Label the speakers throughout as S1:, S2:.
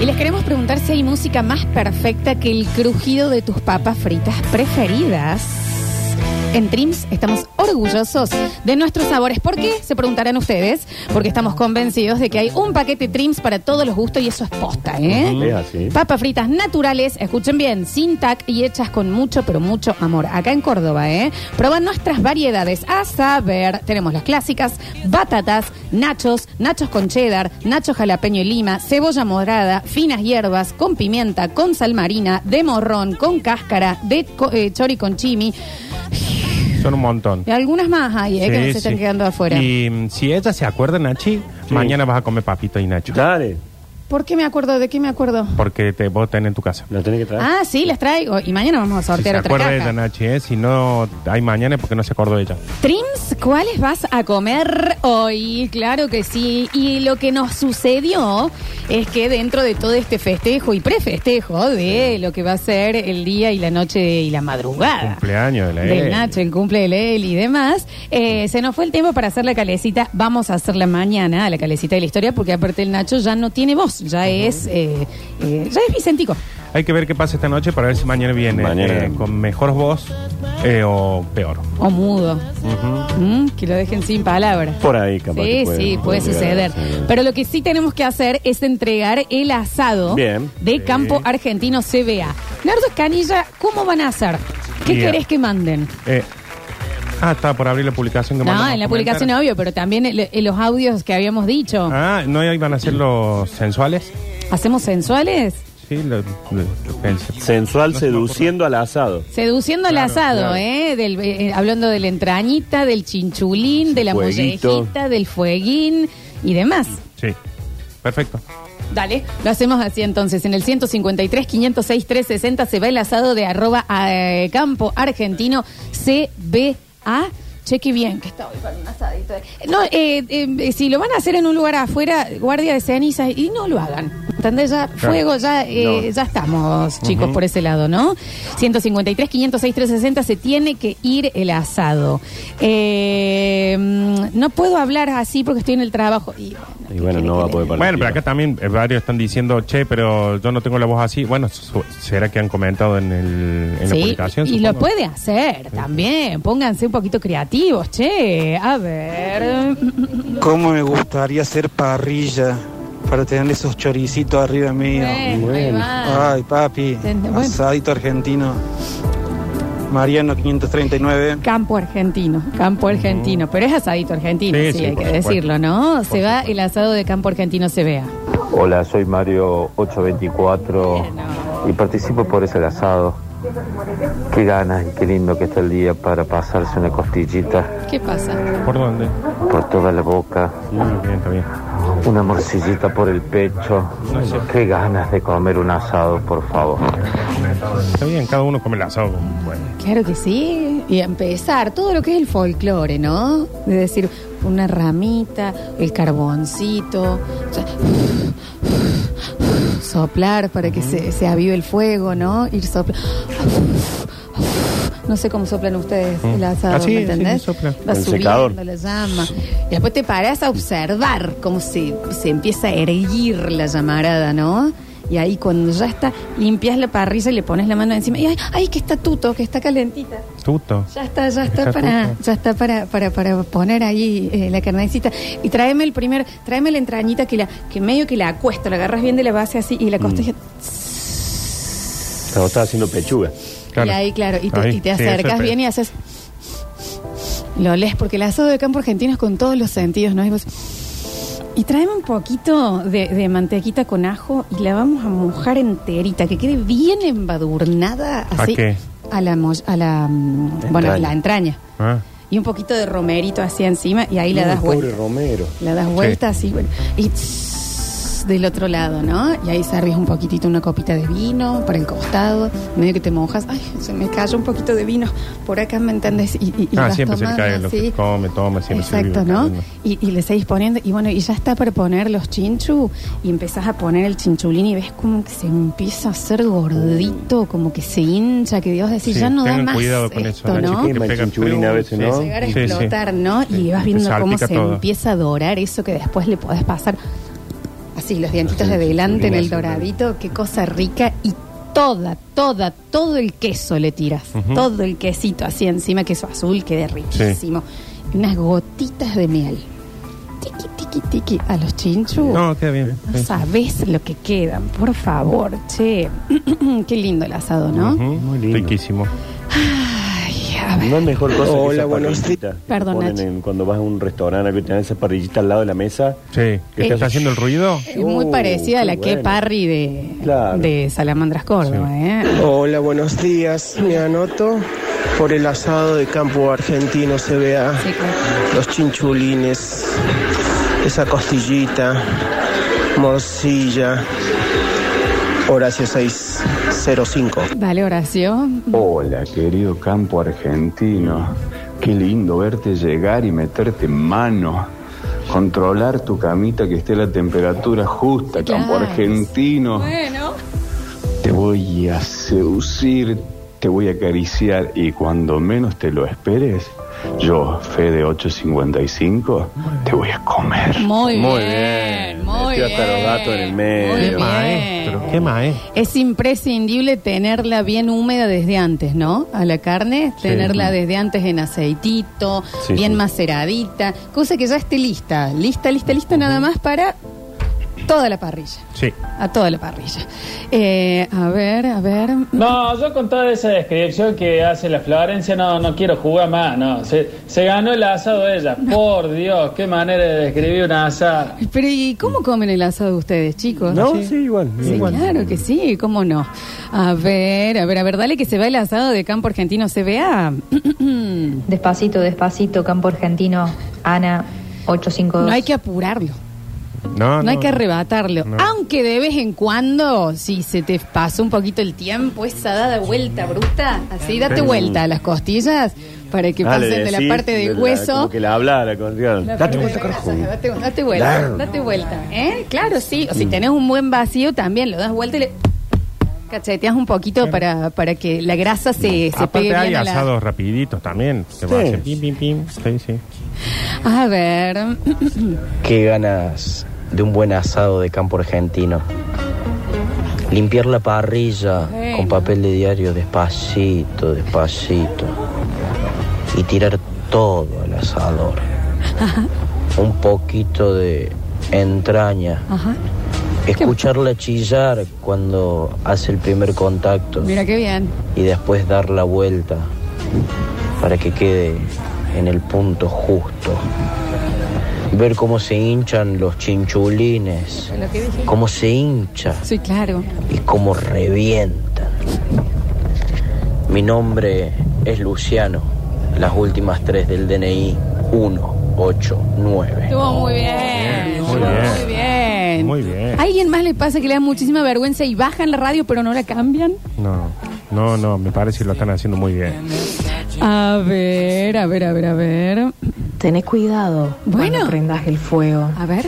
S1: Y les queremos preguntar si hay música más perfecta que el crujido de tus papas fritas preferidas. En Trims estamos orgullosos de nuestros sabores. ¿Por qué? Se preguntarán ustedes. Porque estamos convencidos de que hay un paquete Trims para todos los gustos y eso es posta, ¿eh?
S2: Es así.
S1: Papas fritas naturales, escuchen bien, sin tac y hechas con mucho, pero mucho amor. Acá en Córdoba, ¿eh? Proban nuestras variedades. A saber, tenemos las clásicas, batatas, nachos, nachos con cheddar, nachos jalapeño y lima, cebolla morada, finas hierbas, con pimienta, con sal marina, de morrón, con cáscara, de co- eh, chori con chimi.
S3: Son un montón.
S1: Y algunas más hay, ¿eh? que no
S3: Sí,
S1: se están
S3: sí.
S1: quedando afuera.
S3: Y mm, si ella se acuerda, Nachi,
S2: Sí.
S3: mañana vas a comer papito y Nacho.
S2: Dale,
S1: ¿Por qué me acuerdo? ¿De qué me acuerdo?
S3: Porque te vos tenés en tu casa.
S2: la tenés que traer.
S1: Ah, sí, las traigo. Y mañana vamos a
S3: Si se
S1: sortear otra
S3: acuerda ella,
S1: caja.
S3: Nachi, ¿eh? si no hay mañana es porque no se acordó ella.
S1: Trims, ¿cuáles vas a comer hoy? Claro que sí. Y lo que nos sucedió es que dentro de todo este festejo y prefestejo de lo que va a ser el día y la noche y la madrugada.
S3: Cumpleaños de la
S1: Ah.
S3: E.
S1: Del
S3: Eli.
S1: Nacho, el cumple de Lel y demás. eh, se nos fue el tiempo para hacer la calecita. Vamos a hacerla mañana, a la calecita de la historia, porque aparte el Nacho ya no tiene voz, ya es eh, eh, ya es Vicentico.
S3: Hay que ver qué pasa esta noche para ver si mañana viene
S2: Mañana.
S3: eh, con mejor voz eh, o peor.
S1: O mudo.
S3: Ujú.
S1: Mm, que lo dejen sin palabras.
S2: Por ahí, capaz.
S1: Sí,
S2: que puede,
S1: sí, puede
S2: llegar,
S1: suceder.
S2: sí.
S1: Pero lo que sí tenemos que hacer es entregar el asado
S2: Bien.
S1: de Campo Argentino CBA. Nardo Escanilla, ¿cómo van a hacer? ¿Qué
S3: Bien.
S1: querés que manden?
S3: Eh, ah, estaba por abrir la publicación que
S1: No,
S3: mandamos
S1: en la
S3: a comentar.
S1: publicación obvio, pero también el- en los audios que habíamos dicho.
S3: Ah, ¿no iban a ser los sensuales?
S1: ¿Hacemos sensuales?
S3: Sí, lo, lo- lo pensé.
S2: Sensual seduciendo al asado.
S1: Seduciendo el asado, ¿eh? Del, eh, Hablando de la entrañita, del chinchulín, de la
S2: Fueguito.
S1: mollejita, del fueguín y demás.
S3: Sí, perfecto.
S1: Dale, lo hacemos así entonces. En el 153 506 360 se va el asado de arroba eh, campo argentino CBA. Cheque bien que está hoy para un asadito. No, eh, eh, si lo van a hacer en un lugar afuera, guardia de cenizas, y no lo hagan. ¿Entendés? Ya, fuego, ya, eh,
S2: No.
S1: ya estamos, chicos, por ese lado, ¿no? 153, 506, 360, se tiene que ir el asado. Eh, mm, no puedo hablar así porque estoy en el trabajo. Y,
S2: Y bueno,
S1: ¿qué querés
S2: no va a
S1: que
S2: poder
S1: le-
S2: Para
S3: Bueno,
S2: el tiro.
S3: pero acá también eh, varios están diciendo, che, pero yo no tengo la voz así. Bueno, su- será que han comentado en, el, en la publicación.
S1: Y lo
S3: supongo?
S1: puede hacer también. Pónganse un poquito creativos, che. A ver.
S4: ¿Cómo me gustaría hacer parrilla para tener esos choricitos arriba mío?
S1: Bueno, ahí
S2: bueno.
S1: va.
S4: Ay, papi,
S1: Ten- bueno.
S4: asadito argentino. Mariano 539.
S1: Campo argentino, campo argentino, pero es asadito argentino, sí,
S3: Sí, sí,
S1: hay
S3: por
S1: que
S3: supuesto.
S1: decirlo, ¿no?
S3: Por
S1: Se va el asado de campo argentino, se vea.
S5: Hola, soy Mario 824 y participo por ese asado. Qué ganas y qué lindo que está el día para pasarse una costillita
S1: ¿Qué pasa?
S3: ¿Por dónde?
S5: por toda la boca,
S3: Ah, bien, está bien.
S5: una morcillita por el pecho. Qué ganas de comer un asado, por favor.
S3: Está bien, cada uno come el asado. Bueno.
S1: Claro que sí. Y empezar todo lo que es el folclore, ¿no? De decir, una ramita, el carboncito, o sea, soplar para que se, se avive el fuego, ¿no? Ir sopla. No sé cómo soplan ustedes el asado,
S3: Así,
S1: ¿me entendés?
S3: así sopla.
S1: Va
S2: Con
S1: subiendo
S2: secador.
S1: la llama. Y después te parás a observar cómo se, se empieza a erguir la llamarada, ¿no? Y ahí cuando ya está, limpias la parrilla y le pones la mano encima. Y ay, ay, que está tuto, que está calentita.
S3: Tuto.
S1: Ya está, ya está,
S3: Está
S1: para,
S3: tuto.
S1: ya está para, para, para poner ahí eh, la carnecita. Y tráeme el primer, tráeme la entrañita que la, que medio que la acuesto, la agarras bien de la base así y
S3: Mm,
S1: la costas
S2: Claro, estaba haciendo pechuga.
S3: Claro.
S1: Y ahí, claro, y te,
S3: Ahí,
S1: y te
S3: sí,
S1: acercas
S3: eso es-
S1: bien y haces. Lo lees, porque el asado de campo argentino es con todos los sentidos, ¿no? Y vos. Y tráeme un poquito de, de mantequita con ajo y la vamos a mojar enterita, que quede bien embadurnada
S3: ¿A
S1: así.
S3: qué?
S1: A la, mo- a la, mm, bueno, a la entraña.
S3: Ah,
S1: Y un poquito de romerito así encima y
S3: Mm,
S1: ahí la das vuelta.
S2: Pobre Romero.
S1: La das vuelta así, bueno. Y tss, del otro lado, ¿no? Y ahí servís un poquitito una copita de vino para el costado, medio que te mojas. Ay, se me cayó un poquito de vino. Por acá, ¿me entendés? Y, y- y
S3: Ah,
S1: vas
S3: siempre se le
S1: tomando
S3: cae lo
S1: así.
S3: que come, toma, siempre se le
S1: Exacto,
S3: vive
S1: ¿no?
S3: cayendo.
S1: Y, y le seguís poniendo, y bueno, y ya está para poner los chinchu, y empezás a poner el chinchulín y ves como que se empieza a hacer gordito, como que se hincha, que Dios decís,
S3: Sí,
S1: ya no da
S3: tengan
S1: más
S3: cuidado con
S1: esto, ¿no?
S3: eso, Nachi, que
S2: Quema el
S3: pega
S2: chinchulín
S3: frío,
S2: a veces,
S3: sí,
S2: ¿no?
S3: sí.
S1: llegar a
S3: Sí, sí.
S1: explotar, ¿no?
S3: Sí,
S1: Y vas
S3: te
S1: viendo cómo
S3: salpica
S1: se
S3: todo.
S1: empieza a dorar eso que después le podés pasar Así, los dientitos de delante en el doradito, qué cosa rica. Y toda, toda, todo el queso le tiras.
S3: Ujú.
S1: Todo el quesito así encima, queso azul, quede riquísimo. Y Unas gotitas de miel. Tiki, tiki, tiki. A los chinchus.
S3: No, queda bien.
S1: No
S3: sí.
S1: sabes lo que quedan, por favor, che. Qué lindo el asado, ¿no?
S3: Ujú,
S2: Muy lindo.
S3: Riquísimo.
S1: Ay, a ver.
S2: No es mejor cosa que
S4: Hola,
S2: esas
S4: buenos
S2: parrillitas que
S1: Perdón,
S2: ponen
S1: Nacho.
S2: en- cuando vas a un restaurante que tenés esa parrillita al lado de la mesa.
S1: ¿Ah,
S3: Sí.
S2: Que
S3: ¿Está haciendo el ruido?
S1: Es muy
S2: Oh,
S1: parecida a la
S2: qué
S1: que
S2: bueno.
S1: Parry de,
S2: Claro.
S1: de Salamandras Córdoba, ¿eh?
S6: Hola, buenos días. Me anoto por el asado de campo argentino CBA.
S1: Sí, claro.
S6: Los chinchulines, esa costillita, morcilla. Horacio 605.
S1: Dale, oración.
S7: Hola, querido campo argentino. Qué lindo verte llegar y meterte mano. Controlar tu camita que esté la temperatura justa, campo
S1: Claro.
S7: argentino.
S1: Bueno.
S7: Te voy a seducir, te voy a acariciar y cuando menos te lo esperes, yo, Fede 855, te voy a comer.
S1: Muy,
S2: Muy
S1: bien,
S2: bien.
S1: muy
S2: Metió
S1: bien.
S2: hasta los gatos en el medio.
S1: Muy
S2: Qué
S1: bien.
S3: maestro, qué maestro.
S1: Es imprescindible tenerla bien húmeda desde antes, ¿no? A la carne, tenerla desde antes en aceitito,
S2: Sí,
S1: bien
S2: sí.
S1: maceradita, cosa que ya esté lista, lista, lista, lista nada más para toda la parrilla,
S3: Sí.
S1: a toda la parrilla. Eh, a ver, a ver.
S8: No, yo con toda esa descripción que hace la Florencia, no, no quiero jugar más, no. Se, se ganó el asado ella. Por Dios, qué manera de describir un asado.
S1: Pero ¿y cómo comen el asado de ustedes, chicos?
S2: No, sí, igual.
S1: Sí,
S2: igual.
S1: claro que sí, cómo no. A ver, a ver, a ver, dale que se va el asado de Campo Argentino CBA.
S9: Despacito, despacito, campo argentino, Ana 852.
S1: No hay que apurarlo.
S3: Ah, No,
S1: No hay que arrebatarlo.
S3: No.
S1: Aunque de vez en cuando, si se te pasó un poquito el tiempo, esa dada vuelta bruta, así date
S3: Sí.
S1: vuelta a las costillas para que
S2: Ah, le
S1: pasen de la
S2: decís,
S1: parte
S2: de
S1: del
S2: la-
S1: hueso.
S2: como que la hablara con
S1: La
S2: Date
S1: parte
S2: vuelta,
S1: de la
S2: carajo.
S1: grasa, Date, date vuelta,
S2: Claro.
S1: date vuelta. ¿eh? Claro, sí.
S3: Mm.
S1: O si tenés un buen vacío, también lo das vuelta y le cacheteas un poquito para, para que la grasa se, se
S3: Mm. Aparte
S1: pegue
S3: hay
S1: bien a la-
S3: asados rapiditos también. Se va a
S2: Sí.
S3: hacer pim, pim, pim. Sí, sí.
S1: A ver,
S10: Qué ganas de un buen asado de campo argentino. Limpiar la parrilla
S1: Bueno.
S10: con papel de diario despacito, despacito. Y tirar todo al asador. Un poquito de entraña.
S1: Ajá.
S10: Escucharla chillar cuando hace el primer contacto
S1: mira qué bien.
S10: y después dar la vuelta para que quede en el punto justo. Ver cómo se hinchan los chinchulines,
S1: Lo que dije.
S10: cómo se hincha
S1: Sí, claro.
S10: y cómo revientan. Mi nombre es Luciano, las últimas tres del DNI 189.
S1: Estuvo muy bien.
S3: Muy
S1: estuvo
S3: Oh, bien.
S1: Muy bien.
S3: Muy bien.
S1: ¿A alguien más le pasa que le da muchísima vergüenza y bajan la radio pero no la cambian?
S3: No, no, no, me parece que lo están haciendo muy bien.
S1: A ver, a ver, a ver, a ver.
S9: Tené cuidado
S1: Bueno.
S9: cuando prendas el fuego.
S1: A ver.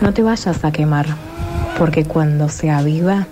S9: No te vayas a quemar, porque cuando se aviva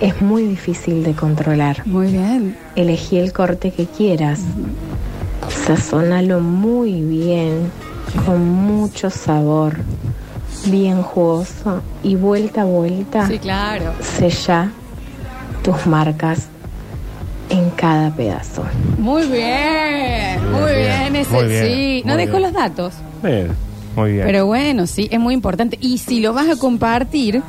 S9: es muy difícil de controlar.
S1: Muy bien.
S9: Elegí el corte que quieras. Sazónalo muy bien, con mucho sabor, bien jugoso y vuelta a vuelta
S1: Sí, claro.
S9: sella tus marcas en cada pedazo.
S1: Muy bien. Muy bien. Ese,
S3: Muy bien,
S1: sí. No
S3: muy
S1: dejó
S3: bien.
S1: los datos.
S2: Bien.
S3: Muy bien.
S1: Pero bueno, sí, es muy importante. Y si lo vas a compartir,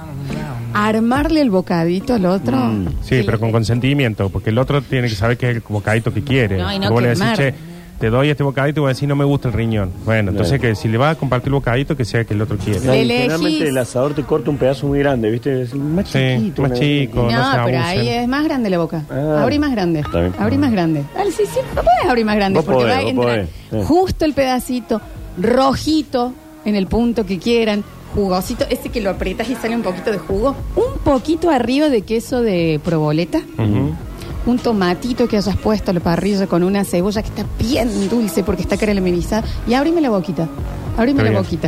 S1: armarle el bocadito al otro.
S3: Sí, pero con consentimiento, porque el otro tiene que saber que es el bocadito que quiere.
S1: No, y no
S3: Vos le decís,
S1: quemar.
S3: "Che, te doy este bocadito y voy a decir, no me gusta el riñón. Bueno, entonces que si le vas a compartir el bocadito, que sea que el otro quiere.
S1: No, Le elegís.
S2: Generalmente el asador te corta un pedazo muy grande, ¿viste? Es más
S3: Sí,
S2: chiquito.
S3: más
S2: una-
S3: chico.
S1: No,
S3: No se
S1: pero
S3: abusen.
S1: ahí es más grande la boca.
S2: Ah.
S1: abrí más grande.
S2: Está bien.
S1: Abrí más grande. Dale, sí, sí, no podés abrir más grande
S2: Vos
S1: porque
S2: podés,
S1: va a
S2: vos
S1: entrar
S2: podés. Sí.
S1: justo el pedacito rojito en el punto que quieran. Jugosito, ese que lo aprietas y sale un poquito de jugo. Un poquito arriba de queso de proboleta.
S3: Ujú.
S1: Un tomatito que hayas puesto a la parrilla con una cebolla que está bien dulce porque está caramelizada. Y abrime la boquita. Abrime
S3: Está
S1: la
S3: bien.
S1: boquita.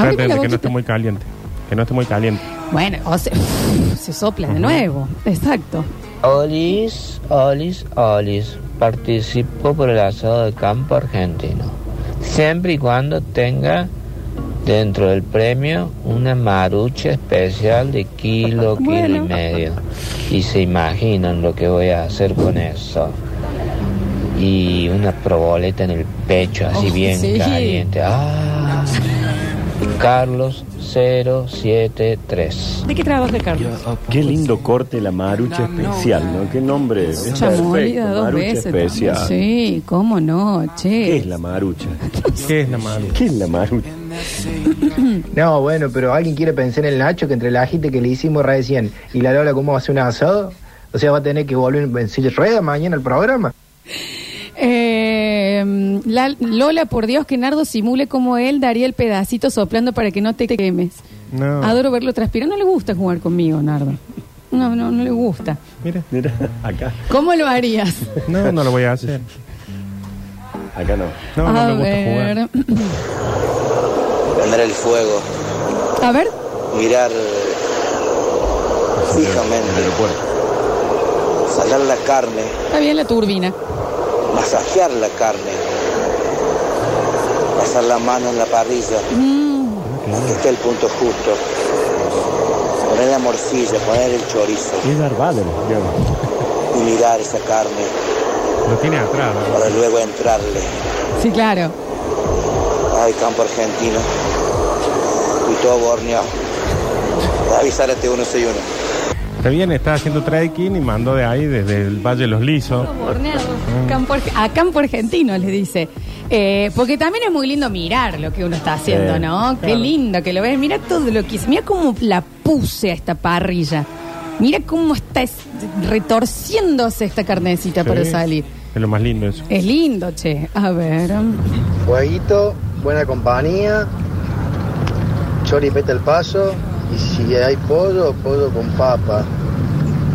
S1: Abrime la
S3: de que no
S1: boquita.
S3: esté muy caliente. Que no esté muy caliente.
S1: Bueno, o se, se sopla de nuevo. Exacto.
S10: Olis, olis, olis. Participo por el asado de campo argentino. Siempre y cuando tenga
S11: Dentro del premio, una marucha especial de kilo, kilo
S12: Bueno.
S11: y medio. Y se imaginan lo que voy a hacer con eso. Y una proboleta en el pecho, así
S12: Oh,
S11: bien
S12: sí.
S11: caliente. ¡Ah! Carlos 073.
S12: ¿De qué trabaja Carlos?
S2: Qué lindo corte la marucha especial, ¿no? Qué nombre. Es perfecto,
S1: Chamolida dos
S2: marucha
S1: veces.
S2: especial.
S1: también. Sí, cómo no,
S2: ¿Qué
S1: che.
S2: es la marucha?
S3: ¿Qué es la marucha?
S2: ¿Qué es la marucha?
S13: No, bueno, pero alguien quiere pensar en el Nacho que entre la gente que le hicimos recién y la Lola cómo hace un asado, o sea, va a tener que volver en silla de ruedas mañana al programa.
S1: Eh, la- Lola, por Dios, que Nardo simule como él daría el pedacito soplando para que no te quemes.
S3: No.
S1: Adoro verlo transpirar. No le gusta jugar conmigo, Nardo. No, no, no le gusta.
S3: Mira.
S2: Mira, acá.
S1: ¿Cómo lo harías?
S3: No, no lo voy a hacer.
S2: Acá no.
S3: No, no
S1: a
S3: me gusta jugar.
S1: ver.
S14: prender el fuego,
S1: a ver.
S14: mirar fijamente, sacar la carne,
S1: Está bien la turbina.
S14: masajear la carne, pasar la mano en la parrilla,
S1: Mm,
S14: que esté el punto justo, poner la morcilla, poner el chorizo
S2: Es barbado, digamos.
S14: y mirar esa carne
S3: Lo tiene atrás. ¿no?
S14: para luego entrarle.
S1: sí, claro.
S14: Ay, campo argentino. Y todo borneo. este David Zárate 161.
S3: Está bien, está haciendo trekking y mandó de ahí, desde el Valle de los Lisos.
S1: Campo Arge- a campo argentino les dice. Eh, porque también es muy lindo mirar lo que uno está haciendo,
S3: Sí,
S1: ¿no? Qué
S3: claro.
S1: lindo que lo ves. Mira todo lo que hice. Mira cómo la puse a esta parrilla. Mira cómo está es- retorciéndose esta carnecita para
S3: Sí.
S1: salir.
S3: Es lo más lindo eso.
S1: Es lindo, che. A ver.
S13: Jueguito, buena compañía, choripeta al paso, y si hay pollo, pollo con papa.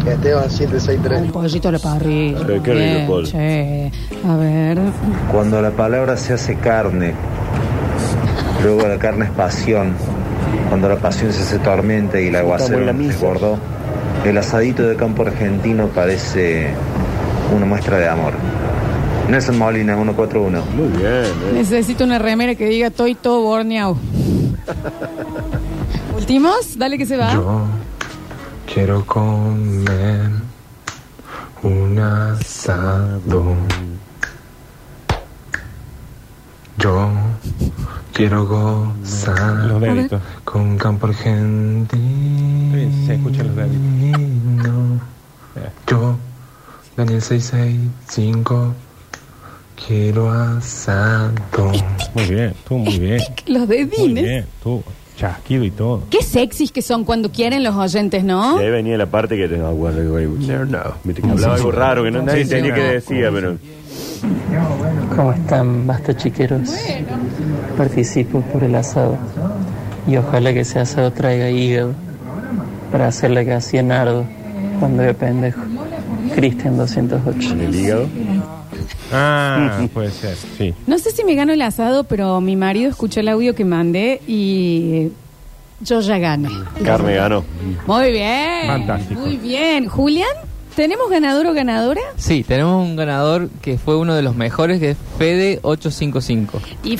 S13: Esteban 763.
S1: Un pollito a la parrilla.
S13: Sí, qué rico
S1: Bien,
S13: el pollo.
S1: che. A ver.
S15: Cuando la palabra se hace carne, luego la carne es pasión. Cuando la pasión se hace tormenta y el aguacero
S2: buena
S15: nos desbordó, el asadito de campo argentino parece una muestra de amor. Nelson Molina, 141.
S2: Muy bien.
S1: Necesito una remera que diga estoy todo borneado. Últimos, dale que se va.
S16: Yo quiero comer un asado. Yo quiero gozar
S3: Los deditos.
S16: con campo argentino.
S3: Sí, se escuchan los deditos.
S16: Yo, Daniel 665, quiero asado.
S3: Muy bien, estuvo
S1: Eh,
S3: muy bien.
S1: Los
S3: Muy
S1: dedines.
S3: bien, estuvo chasquido y todo.
S1: Qué sexys que son cuando quieren los oyentes, ¿no?
S2: Y ahí venía la parte que te no, bueno, no, no. Viste que hablaba algo raro que no nadie
S1: Sí, sí, no.
S2: entendía qué decía, pero.
S17: ¿Cómo están? Basta chiqueros. Participo por el asado. Y ojalá que ese asado traiga hígado para hacer la que hacía Nardo cuando era pendejo. Cristian 208.
S2: ¿El hígado?
S3: Ah, puede ser, sí.
S1: No sé si me gano el asado, pero mi marido escuchó el audio que mandé y yo ya gané.
S2: Carne ganó.
S1: Muy bien.
S18: Fantástico.
S1: Muy bien. Julián, ¿tenemos ganador o ganadora?
S18: Sí, tenemos un ganador que fue uno de los mejores, que es Fede 855.
S1: Y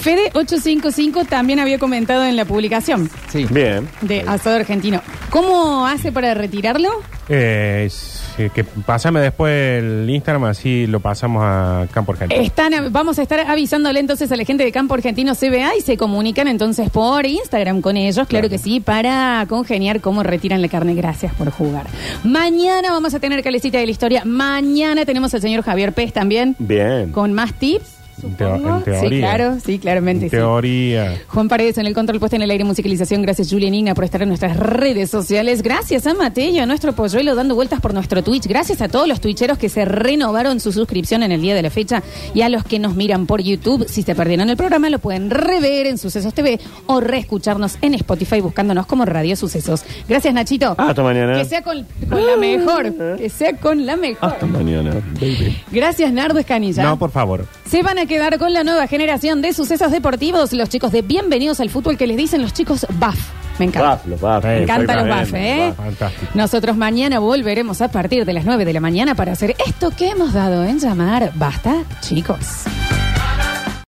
S1: Fede855 también había comentado en la publicación
S18: Sí.
S2: Bien.
S1: de Asado Argentino. ¿Cómo hace para retirarlo?
S3: Eh, sí, que pásame después el Instagram, así lo pasamos a Campo Argentino.
S1: Están, vamos a estar avisándole entonces a la gente de Campo Argentino CBA y se comunican entonces por Instagram con ellos, claro, que sí, para congeniar cómo retiran la carne. Gracias por jugar. Mañana vamos a tener calecita de la historia. Mañana tenemos al señor Javier Pez también
S2: Bien.
S1: con más tips.
S3: En, teo- en teoría.
S1: Sí, claro, sí, claramente.
S3: En
S1: sí.
S3: teoría.
S1: Juan Paredes en el control puesto en el aire musicalización. Gracias, Julia Igna, por estar en nuestras redes sociales. Gracias a Mateo, a nuestro polluelo, dando vueltas por nuestro Twitch. Gracias a todos los twitcheros que se renovaron su suscripción en el día de la fecha y a los que nos miran por YouTube. Si se perdieron el programa, lo pueden rever en Sucesos TV o reescucharnos en Spotify buscándonos como Radio Sucesos. Gracias, Nachito.
S2: Hasta mañana. Ah.
S1: Que sea con, con la mejor. Que sea con la mejor.
S2: Hasta mañana. baby.
S1: Gracias, Nardo Escanilla.
S3: No, por favor.
S1: Se van a quedar con la nueva generación de sucesos deportivos, los chicos de Bienvenidos al Fútbol que les dicen los chicos BAF. Me encanta.
S2: Baf, los baf.
S1: Me encantan los baf,
S2: exactamente,
S1: ¿eh?
S2: los baf.
S3: Fantástico.
S1: Nosotros mañana volveremos a partir de las 9 de la mañana para hacer esto que hemos dado en llamar Basta, chicos.